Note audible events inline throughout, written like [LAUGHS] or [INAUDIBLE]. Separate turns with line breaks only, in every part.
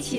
起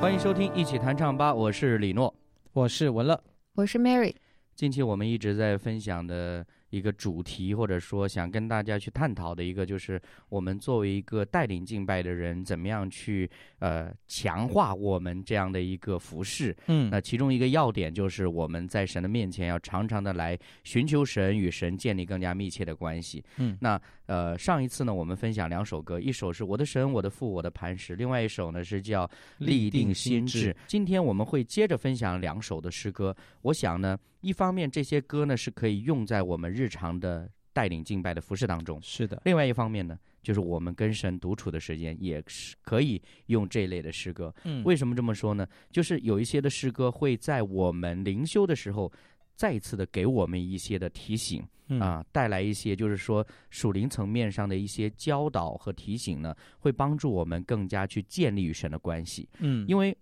欢迎收听《一起弹唱吧》，我是李诺。
我是文乐，
我是 Mary，
近期我们一直在分享的一个主题，或者说想跟大家去探讨的一个，就是我们作为一个带领敬拜的人，怎么样去呃强化我们这样的一个服饰。
嗯
那其中一个要点就是我们在神的面前要常常的来寻求神，与神建立更加密切的关系。
嗯
那呃上一次呢，我们分享两首歌，一首是《我的神，我的父，我的磐石》，另外一首呢是叫《立定心智》。今天我们会接着分享两首的诗歌，我想呢，一方面这些歌呢是可以用在我们日常的带领敬拜的服饰当中，
是的，
另外一方面呢，就是我们跟神独处的时间也是可以用这类的诗歌。
嗯
为什么这么说呢？就是有一些的诗歌会在我们灵修的时候，再一次的给我们一些的提醒
嗯
啊，带来一些就是说属灵层面上的一些教导和提醒呢，会帮助我们更加去建立与神的关系。
嗯，
因为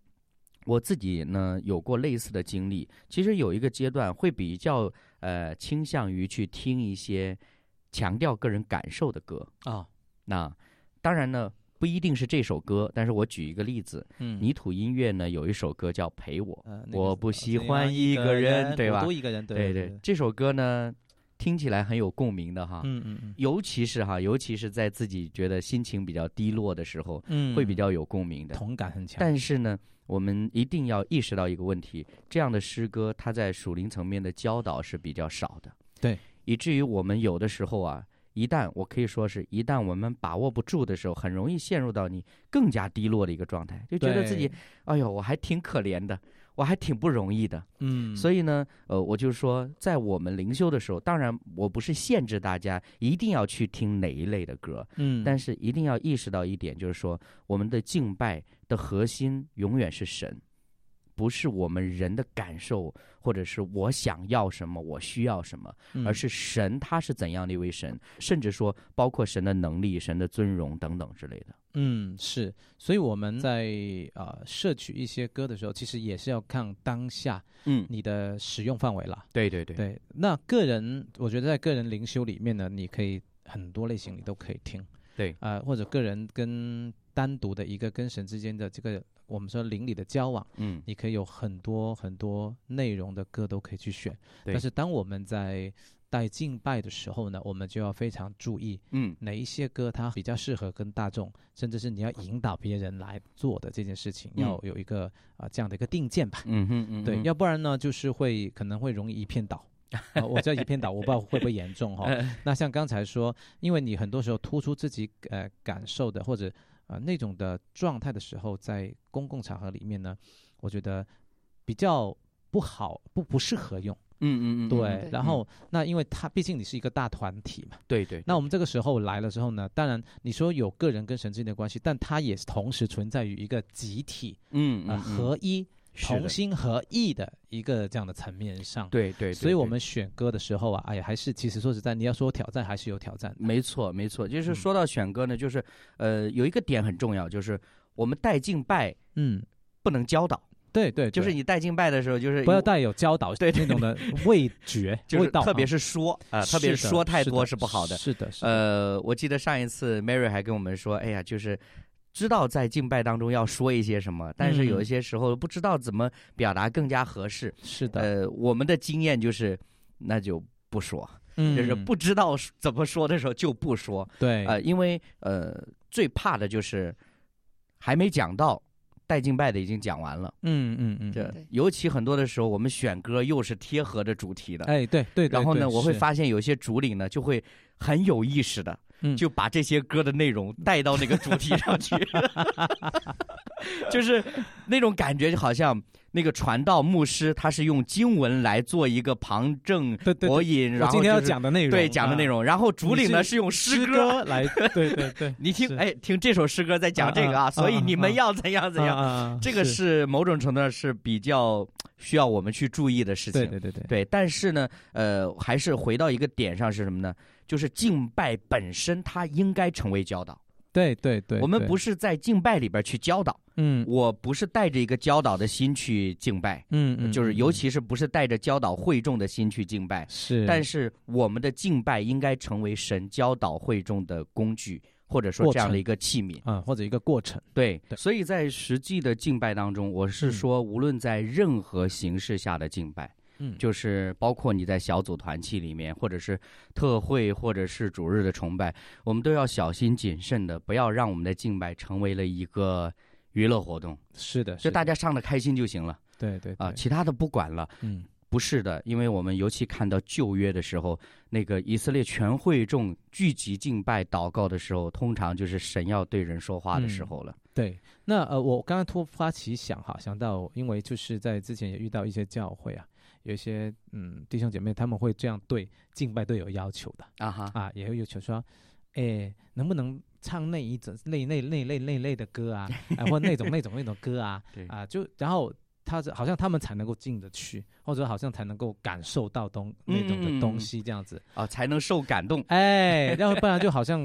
我自己呢有过类似的经历，其实有一个阶段会比较呃倾向于去听一些强调个人感受的歌。
啊，
那当然呢，不一定是这首歌，但是我举一个例子，
嗯
泥土音乐呢有一首歌叫《陪我》，
呃那个
我
是
不
呃
喜
怎样
欢一
一
个人
人，
对
我
吧
独一个人，
对啊
对，
这首歌呢听起来很有共鸣的哈，
嗯嗯嗯
尤其是哈，尤其是在自己觉得心情比较低落的时候，
嗯，
会比较有共鸣的。
同感很强，
但是呢，我们一定要意识到一个问题：这样的诗歌，它在属灵层面的教导是比较少的。
对，
以至于我们有的时候啊，一旦我可以说是一旦我们把握不住的时候，很容易陷入到你更加低落的一个状态，就觉得自己
对，
哎呦，我还挺可怜的，我还挺不容易的。
嗯，
所
以
以呢，呃，我就说，在我们灵修的时候，当然我不是限制大家一定要去听哪一类的歌，
嗯，
但
是
是一定要意识到一点，就是说，我们的敬拜的核心永远是神，不是我们人的感受，或者是我想要什么，我需要什么，
嗯
而是神他是怎样的一位神，甚至说包括神的能力、神的尊荣等等之类的。
嗯是，所以我们在呃摄取一些歌的时候，其实也是要看当下
嗯，
你的使用范围啦。
对对对，
对，那个人，我觉得在个人灵修里面呢，你可以很多类型你都可以听，
对
呃，或者个人跟单独的一个跟神之间的这个我们说邻里的交往。
嗯，
你可以有很多很多内容的歌都可以去选。
对
但是当我们在带敬拜的时候呢，我们就要非常注意
嗯，
哪一些歌它比较适合跟大众，甚至是你要引导别人来做的这件事情，
嗯
要有一个啊、这样的一个定见吧。
嗯哼嗯，
对，要不然呢，就是会可能会容易一片
[LAUGHS]
倒。啊我叫一片倒，我不知道会不会严重哈、
嗯
那像刚才说，因为你很多时候突出自己呃感受的或者呃那种的状态的时候，在公共场合里面呢，我觉得比较不好，不不适合用。
嗯嗯嗯，
对，然
嗯
后那因为它毕竟你是一个大团体嘛，
对对，
那我们这个时候来了之后呢，当然你说有个人跟神之间的关系，但它也同时存在于一个集体
嗯
呃合一。同
心，
心合意的一个这样的层面上。
对对，
所以我们选歌的时候啊，哎呀，还是其实说实在，你要说挑战，还是有挑战的。
没错，没错，就是
嗯
说到选歌呢，就是呃，有一个点很重要，就是我们带敬拜
嗯，
不能教导，
对对，
就是
对
你带敬拜的时候，就是
不要，带有教导
对对
那种的味觉、
[LAUGHS] 就
味
是
道啊，
特别是说啊，特别
是
是
的
说太
的
多是不好的。
是的，是的，
呃，我记得上一次 Mary 还跟我们说，哎呀，就是。知道在敬拜当中要说一些什么，但是有一
嗯
些时候不知道怎么表达更加合适。
是的，
呃，我们的经验就是，那就不说，
嗯
就是不知道怎么说的时候就不说。
对，
呃，因为呃，最怕的就是还没讲到，带敬拜的已经讲完了。
嗯嗯嗯，
这
嗯
对
尤其很多的时候，我们选歌又是贴合着主题的。
哎，对对，对
然后呢，
对
我会
是
发现有些主领呢就会很有意识的，
嗯
就把这些歌的内容带到那个主题上
[LAUGHS]
去，就是那种感觉，就好像那个传道牧师他是用经文来做一个旁证
对对对
博引，
我
然后
今天要
就是
讲的内容，
对讲的内
啊
容，然后主领
你
呢
是
是用
诗
歌。[LAUGHS]
歌来，对对对，
你
是
听，哎，听这首诗歌在讲这个
啊啊
啊，所以
啊
你
啊
们要怎样怎样，
样
这个
啊是
是某种程度上是比较需要我们去注意的事情。
对对对对，
对，但是呢，呃，还是回到一个点上是什么呢？就是敬拜本身，它应该成为教导。
对对对，
我们
对
不是在敬拜里边去教导，
嗯
我不是带着一个教导的心去敬拜，
嗯嗯，
就是
嗯
尤
嗯
其是不是带着教导会众的心去敬拜，
是，
但是我们的敬拜应该成为神教导会众的工具，或者说
过
这样的
程
一个器皿。
啊，或者一个过程，
对，
对
所以在实际的敬拜当中，我是
嗯
说，无论在任何形式下的敬拜，
嗯
就是包括你在小组团契里面，或者是特会，或者是主日的崇拜，我们都要小心谨慎的，不要让我们的敬拜成为了一个娱乐活动，
是的，
就是大家
的
上的开心就行了
对对
啊，
对
其他的不管了。
嗯
不是的，因为我们尤其看到旧约的时候，那个以色列全会众聚集敬拜祷告的时候，通常就是神要对人说话的时
嗯
候了。
对，那呃，我刚刚突发奇想哈，想到因为就是在之前也遇到一些教会啊，有一些嗯弟兄姐妹他们会这样对敬拜队有要求的
啊哈，，
啊，也会要求说，哎，能不能唱那一种那那那那那类的歌啊，啊或那种那种那种歌啊
[LAUGHS] 对
啊，就然后。他是好像他们才能够进得去，或者好像才能够感受到东那种的
嗯嗯嗯
东西这样子。
啊，才能受感动。
哎，要不然就好像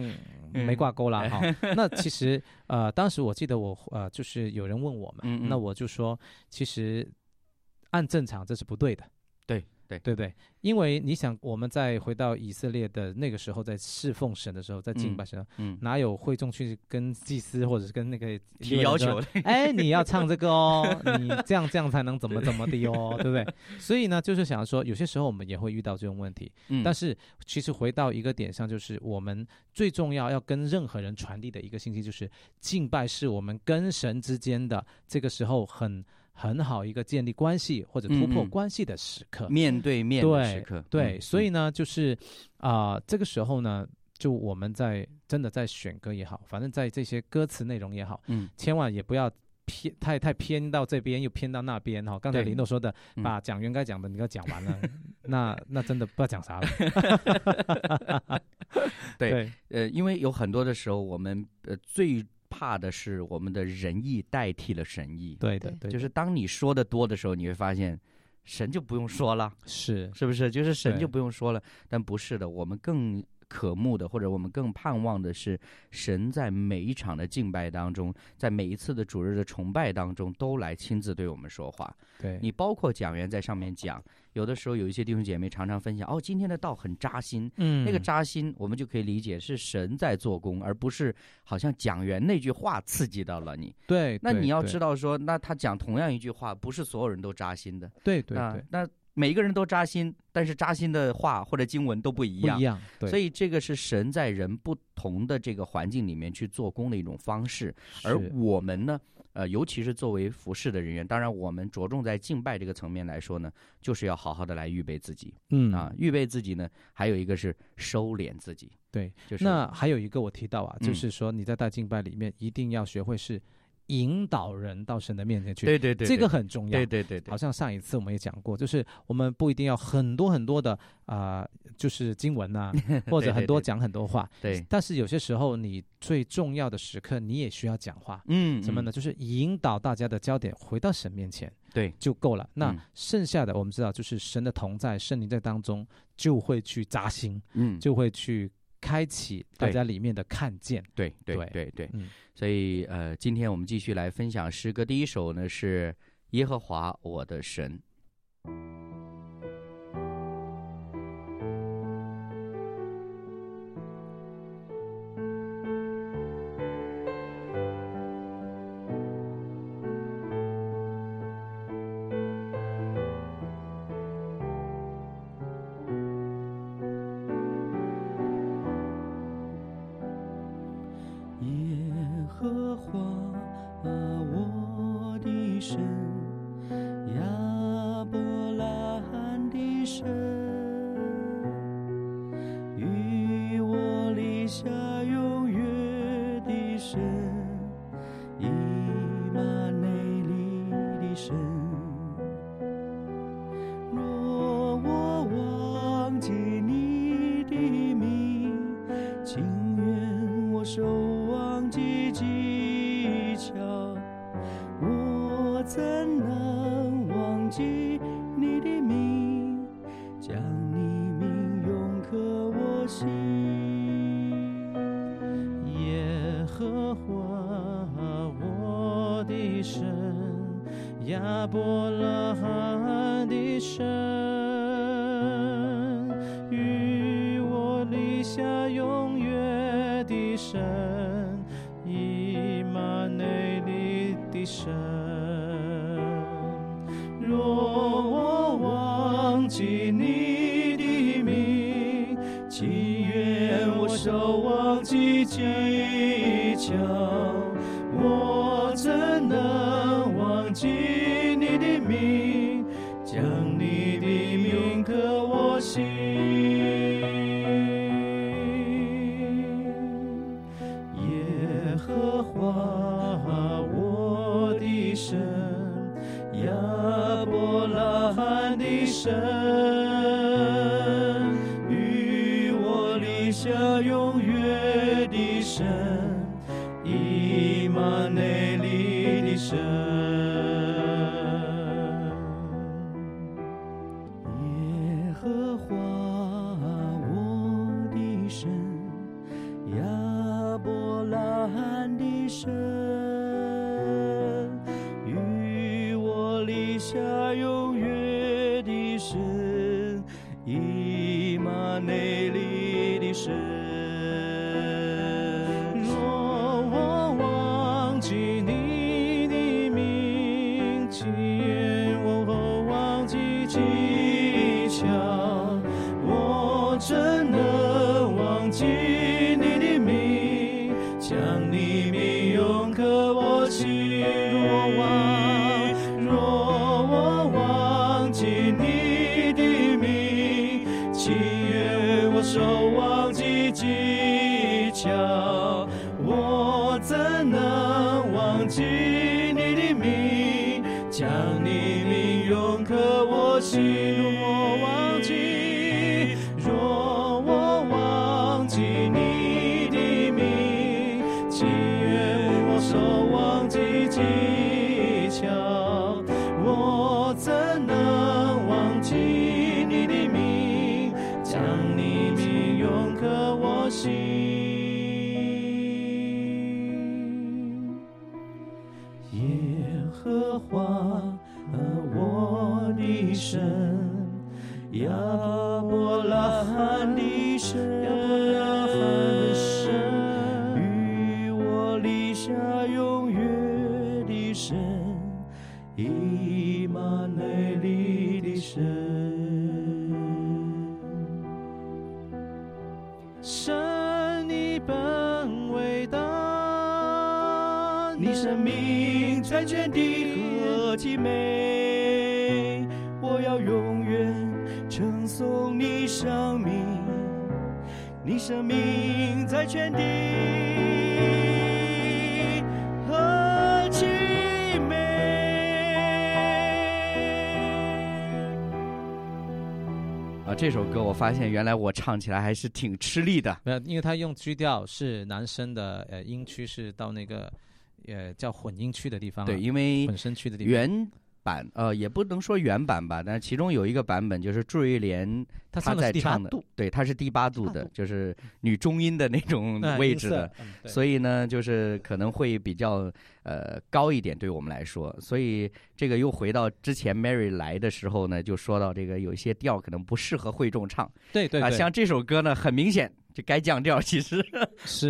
没挂钩了
[LAUGHS] 嗯 [LAUGHS]
哈。那其实呃，当时我记得我呃，就是有人问我嘛，
嗯嗯
那我就说，其实按正常这是不对的，
对对
对不对？因为你想，我们在回到以色列的那个时候，在侍奉神的时候，在敬拜神的时候，
嗯，
哪有会众去跟祭司或者是跟那个
提要
[LAUGHS] 说
求，
哎，你要唱这个哦，你这样这样才能怎么怎么的哟，对不对？所以呢，就是想说，有些时候我们也会遇到这种问题。
嗯
但是其实回到一个点上，就是我们最重要要跟任何人传递的一个信息，就是敬拜是我们跟神之间的这个时候很很好一个建立关系或者突破
嗯嗯
关系的时刻。
面对面的时
对
刻，
对，
嗯
所以呢，就是啊、这个时候呢，就我们在真的在选歌也好，反正在这些歌词内容也好，
嗯
千万也不要。偏太太偏到这边，又偏到那边哈、刚才
对
林豆说的，
嗯
把讲员该讲的你都讲完了， [LAUGHS] 那那真的不知道讲啥了。
[LAUGHS]
[LAUGHS]
对呃，因为有很多的时候，我们呃最怕的是我们的仁义代替了神意，
对的，
对
对的，
就是当你说的多的时候，你会发现神就不用说了，
是
是不是？就是神
对
就不用说了，但不是的，我们更。渴慕的，或者我们更盼望的是，神在每一场的敬拜当中，在每一次的主日的崇拜当中，都来亲自对我们说话。
对，
你包括讲员在上面讲，有的时候有一些弟兄姐妹常常分享，哦，今天的道很扎心，
嗯
那个扎心，我们就可以理解是神在做工，而不是好像讲员那句话刺激到了你。
对，
那你要知
道，
道说，那他讲同样一句话，不是所有人都扎心的。
对对
那
对，
那每一个人都扎心，但是扎心的话或者经文都不一
不
样
一。样，对，
所
以
以这个是神在人不同的这个环境里面去做工的一种方式。而我们呢，呃，尤其是作为服侍的人员，当然我们着重在敬拜这个层面来说呢，就是要好好的来预备自己
嗯
啊，，预备自己呢，还有一个是收敛自己，
对。
就是
那还有一个我提到啊，就
嗯
是说你在大敬拜里面一定要学会是引导人到神的面前去，
对对对，
这个
对
很重要。
对对对对
好，像上一次我们也讲过，就是我们不一定要很多很多的啊、就是经文
[LAUGHS]
呐，或
对
者
对
很多
对
讲很多话，
对，
但是有些时候你最重要的时刻你也需要讲话，
嗯，
什么
嗯
呢？？就是引导大家的焦点回到神面前，
对
就够了。那
嗯
剩下的我们知道，就是神的同在，圣灵在当中就会去扎心，
嗯，
就会去开启大
对
家里面的看见。
对对
对
对对，
嗯，
所以呃，今天我们继续来分享诗歌，第一首呢是耶和华我的神。
耶和华啊，我的神，亚伯拉罕的神，与我立下
身。若我忘记你的名，情愿我手忘记技巧，我怎能忘记你的名？将你名永刻我心。
耶和华我的神，亚伯拉罕的神，与我立下永约的神，以马内利的神。若我忘记你的名，情愿我手忘记技巧，我怎能忘记你的名？将你的名刻我心。耶和华我的神，亚伯拉罕的神，与我立下永约的神，以马内利的神。
耶和华我的神，亚伯拉罕的神，与我立下永约的神，以马内利的神。
若我忘记你的名，情愿我后忘记技巧，我怎能忘记你的名？将你名永刻我心。若忘，若我忘记你的名，情愿我手忘记技巧，我怎能忘记你的名？将你名永刻我心。若我忘记，若我忘记你的名，情愿我手忘记技巧，我怎能忘记你的名？将你名永刻我心。耶和华，呃我的神，亚伯拉罕的神，
与
嗯
我立下永约的神，以马内利的神。
神，你本伟大，你生命在全地
何其美！我要永远称颂你生命，你生命在全地何其美！
啊，这首歌我发现原来我唱起来还是挺吃力的。
没有，因为他用 G 调是男生的呃音区是到那个呃叫混音区的地方啊、
对，因为
混声区的地方，
原版呃也不能说原版吧，但是其中有一个版本就是祝玉莲
他
她
唱的
在
是第八
唱的
度，
对，她是低八度
八
的
度，
就是女中音的那种 [LAUGHS]
那
位
音
置
色
的，，
嗯对
所以呢，就是可能会比较呃高一点，对我们来说。所以这个又回到之前 Mary 来的时候呢，就说到这个有一些调可能不适合会众唱
对对
啊，
对，
像这首歌呢，很明显就该降调，其实
是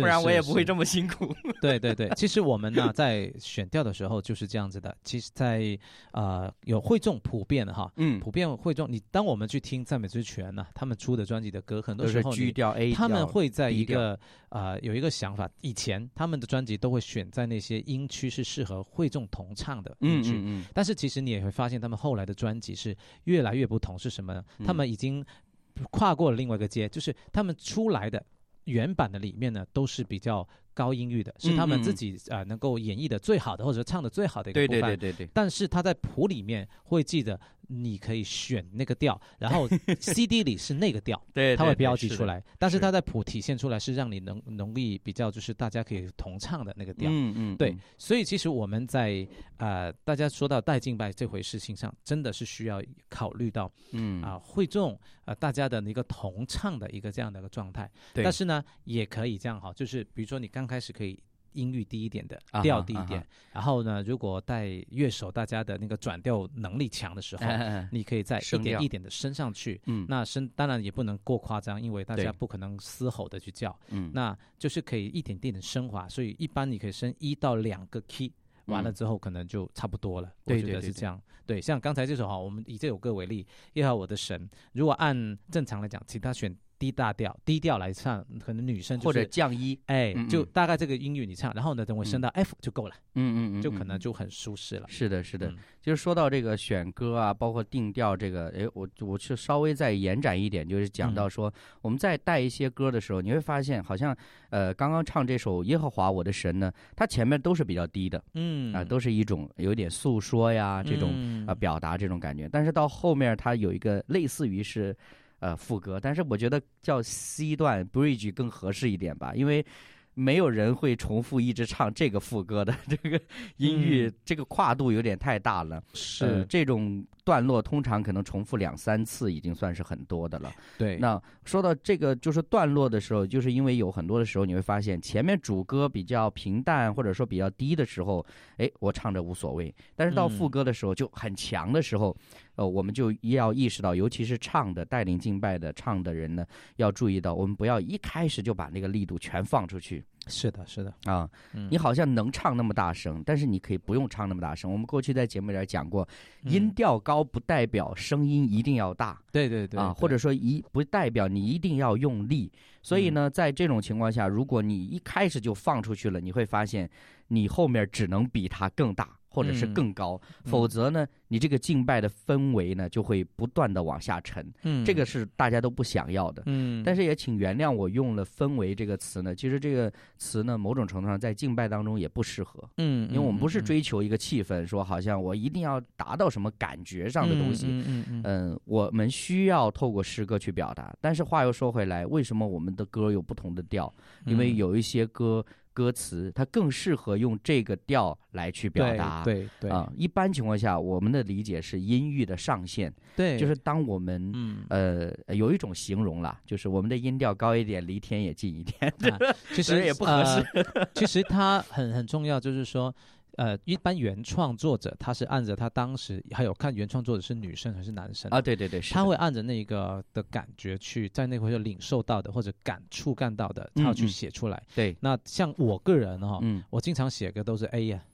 [LAUGHS] 不然我也不会
么。
这么辛苦。
对对对，其实我们呢在选调的时候就是这样子的。其实在，呃有会众普遍的哈，
嗯，
普遍会众，你当我们去听赞美之泉呢、他们出的专辑的歌，很
[LAUGHS]
多
都
时
是
候
G
你
调 A 调，
他们会在一
低调
个呃有一个想法，以前他们的专辑都会选在那些音区是适合会众同唱的
嗯
音区。
嗯
但是其实你也会发现，他们后来的专辑是越来越不同，是什么呢？他
嗯
们已经跨过了另外一个阶，就是他们出来的原版的里面呢，都是比较高音域的，是他
嗯
们
嗯
自己啊、呃能够演绎的最好的，或者唱的最好的一个
对
部分。
对对对对，
但是他在谱里面会记得你可以选那个调，
[LAUGHS]
然后 CD 里是那个调，
对
他会
对对
标记
是
出
的
来。但是
是
他在谱体现出来是让你能容易比较，就是大家可以同唱的那个调。
嗯嗯，
对
嗯，
所以其实我们在呃，大家说到带敬拜这回事情上，真的是需要考虑到
嗯
啊、会众啊大家的一个同唱的一个这样的一个状态。
对
[LAUGHS] 但是呢，也可以这样哈，就是比如说你刚开始可以音域低一点的
啊哈
调低一点，
啊
然后呢，如果带乐手大家的那个转调能力强的时
[LAUGHS]
候，
哎哎哎
你可以再一
声调
点一点的升上去。
嗯
那升当然也不能过夸张，因为大
对
家不可能嘶吼的去叫，
嗯
那就是可以一点点的升华，所以一般你可以升一到两个 key。完了
嗯
之后可能就差不多了，
对
我
对
觉得
对
是
对
这样。对，像刚才这首哈，我们以这首歌为例，《耶和华我的神》，如果按正常来讲，其他选低大调、低调来唱，可能女生就
或者
是
降一，
哎
嗯，
就
嗯
大概这个音域你唱，然后呢，等我升到 F 就够了，
嗯嗯嗯，
就可能
嗯
就很舒适了。
是的，是的
嗯，
就是说到这个选歌啊，包括定调这个，诶，我我去稍微再延展一点，就是讲到说，我们在带一些歌的时候，你会发现，好像呃，刚刚唱这首《耶和华我的神》呢，它前面都是比较低的
嗯
啊，都是一种有点诉说呀这种
嗯
啊表达这种感觉，但是到后面它有一个类似于是。呃，副歌，但是我觉得叫 C 段 bridge 更合适一点吧，因为没有人会重复一直唱这个副歌的， [LAUGHS] 这个音域、
嗯
这个跨度有点太大了。呃
是，
这种段落通常可能重复两三次已经算是很多的了。
对，
那说到这个就是段落的时候，就是因为有很多的时候你会发现前面主歌比较平淡或者说比较低的时候，哎，我唱着无所谓，但是到副
嗯
歌的时候就很强的时候，呃，我们就要意识到，尤其是唱的带领敬拜的唱的人呢，要注意到我们不要一开始就把那个力度全放出去
是的，是的，
啊。
嗯
你好像能唱那么大声，但是你可以不用唱那么大声。我们过去在节目里边讲过，音
嗯
调高不代表声音一定要大
对对对
啊，
对
或者说一不代表你一定要用力。所
嗯
以呢，在这种情况下，如果你一开始就放出去了，你会发现你后面只能比它更大。或者是
嗯
更高，否则呢，你这个敬拜的氛围呢，就会不断的往下沉，
嗯
这个是大家都不想要的。
嗯，
但
是
是也请原谅我用了“氛围”这个词呢，其实这个词呢，某种程度上在敬拜当中也不适合，
嗯，
因为我们不是
嗯
追求一个气氛，说好像我一定要达到什么感觉上的东西。
嗯嗯嗯嗯嗯
嗯，我们需要透过诗歌去表达。但是话又说回来，为什么我们的歌有不同的调？因为
嗯
有一些歌歌词它更适合用这个调来去表
对
达。
对对
啊，一般情况下，我们的理解是音域的上限，
对，
就是当我们
嗯，
呃，有一种形容啦，就是我们的音调高一点，离天也近一点。
啊
[LAUGHS]
其
所以
实
也不合适
呃其实它很很重要，就是说。呃，一般原创作者他是按着他当时，还有看原创作者是女生还是男生
啊，，对对对，是
他
的
会按着那个的感觉去，在那会领受到的或者感触感到的，他要
嗯
去
嗯
写出来。
对，
那像我个人哈、
嗯，
我经常写歌都是 A 呀、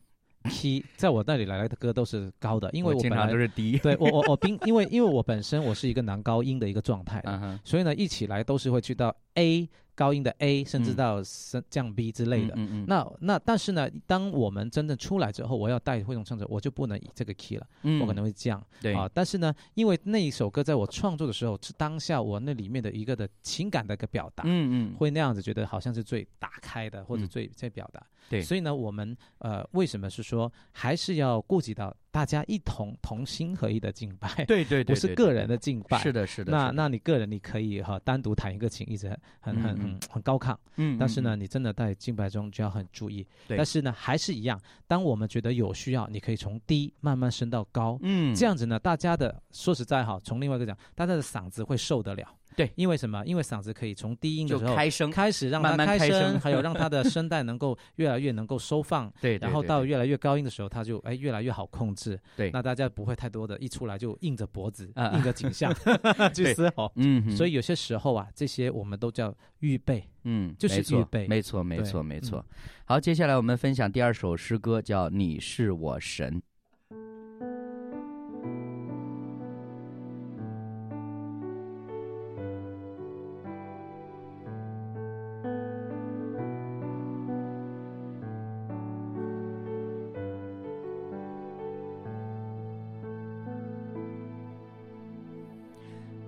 Key，在我那里来的歌都是高的，因为
经
本
常
来
都是低，
[LAUGHS] 对我我我并因为因为我本身我是一个男高音的一个
[LAUGHS]
状态的，
嗯哼，
所以呢一起来都是会去到 A 高音的 A，甚至
嗯
到升降 B 之类的。
嗯嗯，
那那但是呢，当我们真正出来之后，我要带会众唱者，我就不能以这个 key 了，
嗯
我可能会降
对
啊。但是呢，因为那一首歌在我创作的时候，是当下我那里面的一个的情感的一个表达，
嗯嗯，
会那样子觉得好像是最打开的，或者
嗯
最、最表达。
对
所以呢，我们呃，为什么是说还是要顾及到大家一同同心合意的敬拜，
对对
不
对，
是
对
个
对
人的敬拜。
是的，是的，
那
是的
那你个人你可以哈、单独弹一个琴，一直很很
嗯嗯
很很高亢，
嗯，
但是呢，
嗯，
你真的在敬拜中就要很注意。
对
但是呢，还是一样，当我们觉得有需要，你可以从低慢慢升到高，
嗯，
这样子呢，大家的说实在哈，从另外一个讲，大家的嗓子会受得了。
对
因为什么？因为嗓子可以从低音的
就
时候
开声，
开始让
慢
它
慢开
声，
声
还有让它的声带能够越来越能够收放。
对，对
然后
对
到
对
越来越高音的时候，它就哎越来越好控制。
对
那大家不会太多的，一出来就硬着脖子、
啊
硬着颈
[LAUGHS]
项去
对
嘶吼。
嗯哼，
所以有些时候啊，这些我们都叫预备。
嗯，
就
没
是预
错
备
没错，没
对
错，没错
嗯。
好，接下来我们分享第二首诗歌，叫《你是我神》。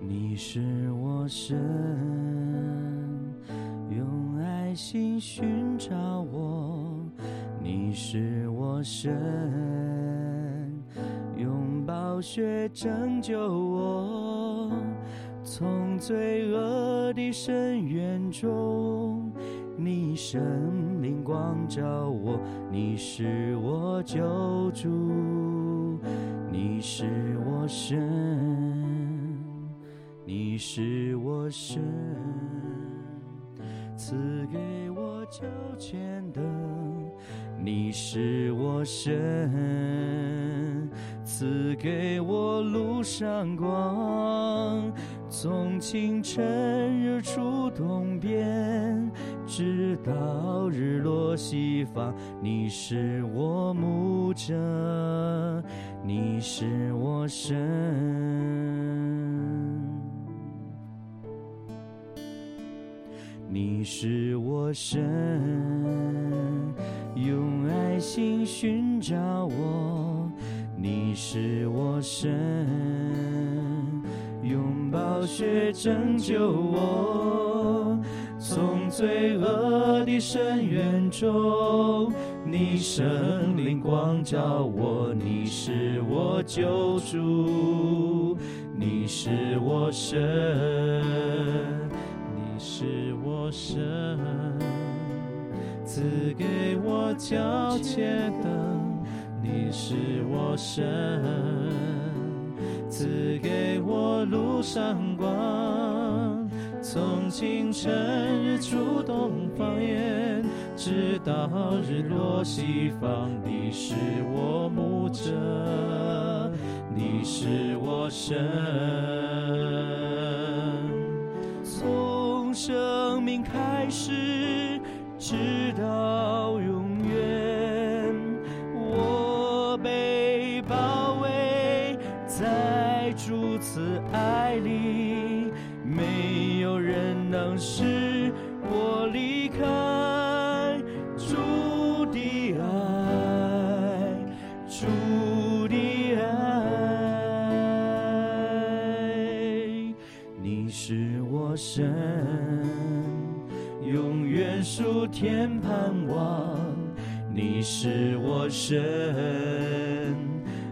你是我神，用爱心寻找我。你是我神，用宝血拯救我，从罪恶的深渊中。你神灵光照我，你是我救主，你是我神，你是我神，赐给我九千灯，你是我神，赐给我路上光，从清晨日出东边。直到日落西方，你是我牧者，你是我神，你是我神，用爱心寻找我，你是我神，用宝血拯救我。从罪恶的深渊中，你神灵光照我，你是我救主，你是我神，你是我神，赐给我皎洁灯，你是我神，赐给我路上光。从清晨日出东方远，直到日落西方，你是我牧者，你是我神。从生命开始，直到永远，我被包围在主慈爱里。没有人能使我离开主的爱，主的爱。你是我神，永远属天盼望。你是我神，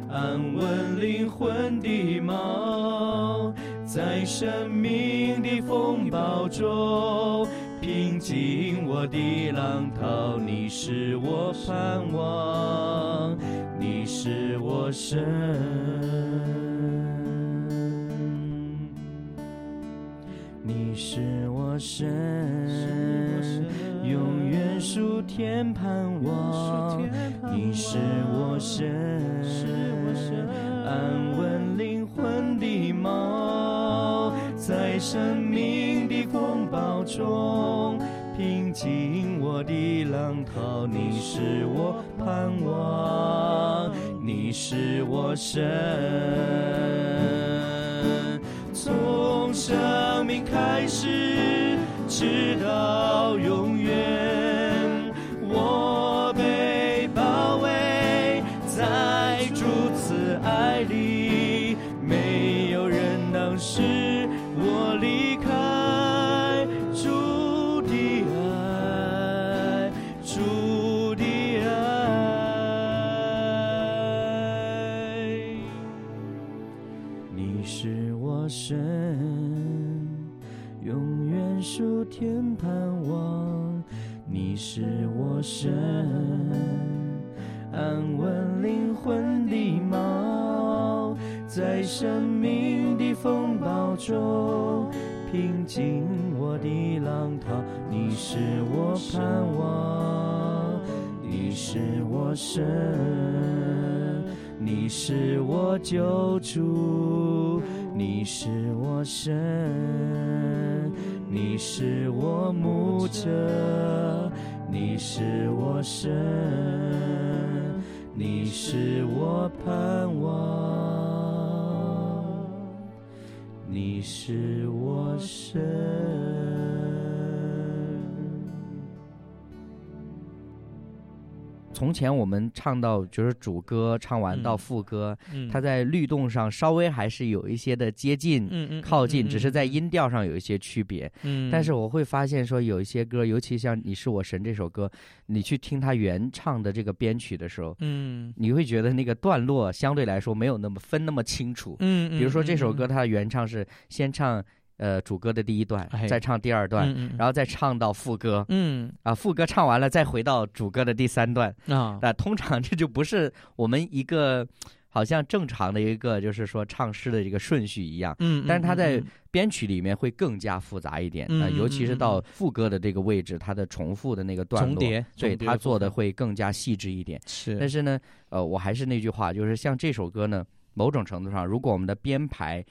安稳灵魂的锚。在生命的风暴中，平静我的浪涛。你是我盼望，你是我神。你是我神，永远属天盼望。你是我神，安稳灵魂的锚。在生命的风暴中，平静我的浪涛。你是我盼望，你是我神。从生命开始，直到永远，我被包围在主慈爱里，没有人能使。我离开主的爱，主的爱。你是我神，永远属天盼望。你是我神，安稳灵魂的锚。在生命的风暴中，平静我的浪涛。你是我盼望，你是我神，你是我救主，你是我神，你是我牧者，你是我神，你是我盼望。你是我神。
从前我们唱到就是主歌唱完到
嗯
副歌，
嗯
它在律动上稍微还是有一些的接近。
嗯嗯
靠近，
嗯
只是在音调上有一些区别，
嗯，
但是我会发现说，有一些歌，尤其像《你是我神》这首歌，你去听它原唱的这个编曲的时候，
嗯
你会觉得那个段落相对来说没有那么分那么清楚。
嗯，
比如说这首歌，
它
它的原唱是先唱呃主歌的第一段
哎，
再唱第二段，
嗯
然后再唱到副歌
嗯
啊，副歌唱完了再回到主歌的第三段。
嗯啊
那通常这就不是我们一个好像正常的一个就是说唱诗的一个顺序一样。
嗯，
但是它
嗯
在
嗯
编曲里面会更加复杂一点，
嗯
呃
嗯
尤其是
嗯
到副歌的这个位置，它的重复的那个段
重
落，
叠，
对
重叠
它
部
做的
分
会更加细致一点。
是，
但是呢，呃，我还是那句话，就是像这首歌呢，某种程度上，如果我们的编排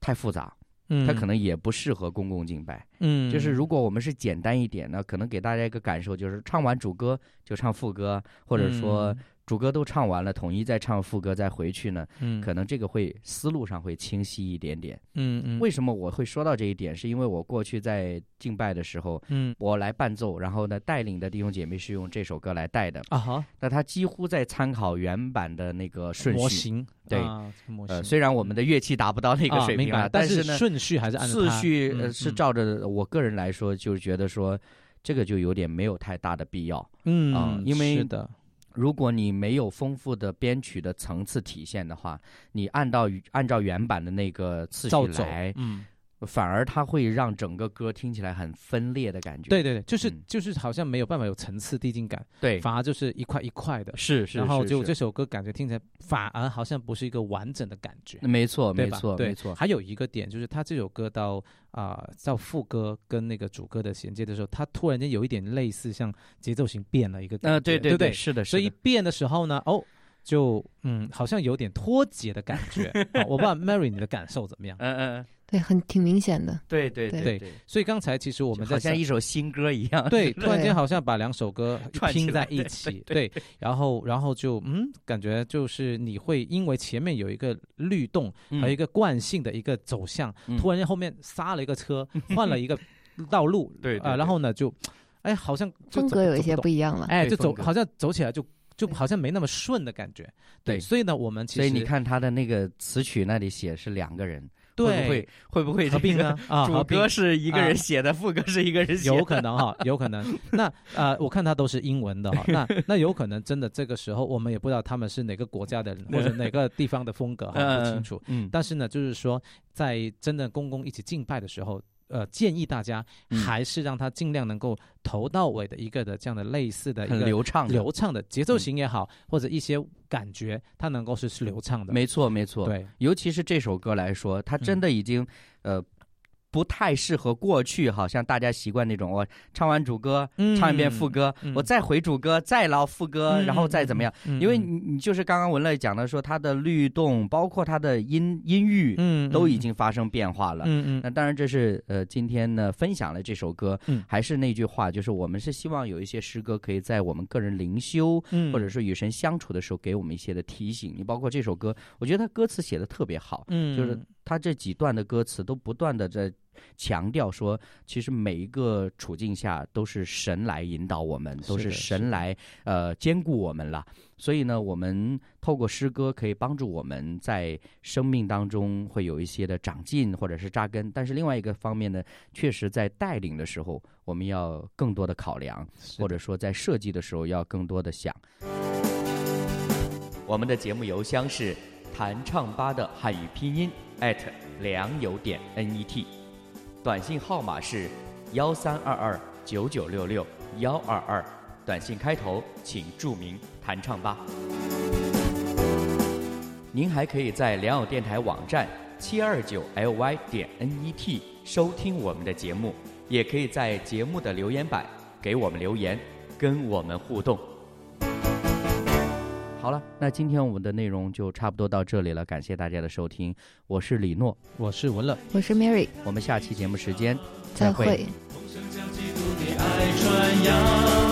太复杂，
嗯
它可能也不适合公共敬拜。
嗯，
就是如果我们是简单一点呢，可能给大家一个感受，就是唱完主歌就唱副歌，或者
嗯
说主歌都唱完了，统一再唱副歌再回去呢，
嗯
可能这个会思路上会清晰一点点。
嗯嗯
为什么我会说到这一点？是因为我过去在敬拜的时候，
嗯
我来伴奏，然后呢，带领的弟兄姐妹是用这首歌来带的。
啊哈
那它几乎在参考原版的那个顺
模
序。
型
对
啊这个模
呃，
型
虽然我们的乐器达不到那个
啊
水
明
平
白
啊，
但
是呢，
顺序还是按照
次
它
序
嗯
呃是
嗯
照着我个人来说，就是觉得说这个就有点没有太大的必要。
嗯
啊因为
是的
如果你没有丰富的编曲的层次体现的话，你按到按照原版的那个次序
照走
来，
嗯
反而它会让整个歌听起来很分裂的感觉。
对对对，就是
嗯
就是好像没有办法有层次递进感，
对，
反而就是一块一块的。
是是，
然后
是
就是这首歌感觉听起来反而好像不是一个完整的感觉，
没错
对
没
吧
错
对
没错，
还有一个点就是，他这首歌到啊、到副歌跟那个主歌的衔接的时候，他突然间有一点类似像节奏型变了一个感觉，
呃对
对不
对，是的，
所
是
以
的
变的时候呢，哦，就嗯，好像有点脱节的感
[LAUGHS]
觉。啊我不知道 Mary 你的感受怎么样？
嗯嗯，嗯
对，很挺明显的。
对对
对
对，
所以刚才其实我
我
们
好
在
像
想
一首新歌一样。
对，突然
对
间好像把两首歌
[LAUGHS] 串起
拼在
来
一起，对，然后然后就嗯，感觉就是你会因为前面有一个律动
嗯
和一个惯性的一个走向，
嗯
突然间后面刹了一个车，换了一个道路，
对
啊、
对
然
对
后呢就，哎，好像就
风
走
格有一
走
些
不
不
懂，
一样了。
哎，
对
就走
风格
好像走起来就就好像没那么顺的感觉，
对
所以呢，我们其实
所以你看他的那个词曲那里写是两个人，会
对
不会会不会
合并呢？啊，
这个？
合
主
并
歌是一个
啊
人写的，副歌是一个人写的。
有可能哈，有可能。那呃，我看他都是英文的哈，
[LAUGHS]
那那有可能真的这个时候我们也不知道他们是哪个国家的人或者哪个地方的风格哈，不清楚。
嗯，
但是呢，就是说在真的公公一起敬拜的时候。呃，建议大家
嗯
还是让他尽量能够头到尾的一个的这样的类似的一
很
个
流畅的，嗯
流畅的节奏型也好，或者一些感觉，它能够是是流畅的。
没错没错。，
对，
尤其是这首歌来说，它
嗯
真的已经呃不太适合过去，好像大家习惯那种我唱完主歌，
嗯
唱一遍副，歌，
嗯
我再回主歌，再捞副歌，然后再怎么样。
嗯？
因为
嗯
你你就是刚刚文乐讲的说，它的律动，包括它的音音域，
嗯
都已经发生变化了。
嗯嗯
那当然，这是呃，今天呢分享了这首歌，
嗯
还是那句话，就是我们是希望有一些诗歌可以在我们个人灵修，
嗯，
或者说与神相处的时候给我们一些的提醒。你包括这首歌，我觉得它歌词写的特别好，
嗯
就是它这几段的歌词都不断的在强调说，其实每一个处境下都是神来引导我们，都
是
是
的是
神
的
来呃兼顾我们了。所以呢，我们透过诗歌可以帮助我们在生命当中会有一些的长进或者是扎根。但是另外一个方面呢，确实在带领的时候，我们要更多的考量，或者说在设计的时候要更多的想。我们的节目邮箱是弹唱吧的汉语拼音 at 良友点 E net，短信号码是幺三二二九九六六幺二二，短信开头请注明弹唱吧。您还可以在良友电台网站七二九 ly 点 net 收听我们的节目，也可以在节目的留言板给我们留言，跟我们互动。好了，那今天我们的内容就差不多到这里了，感谢大家的收听，我是李诺，
我是文乐，
我是 Mary，
我们下期节目时间
再
会
会。
同声将基督的爱传扬，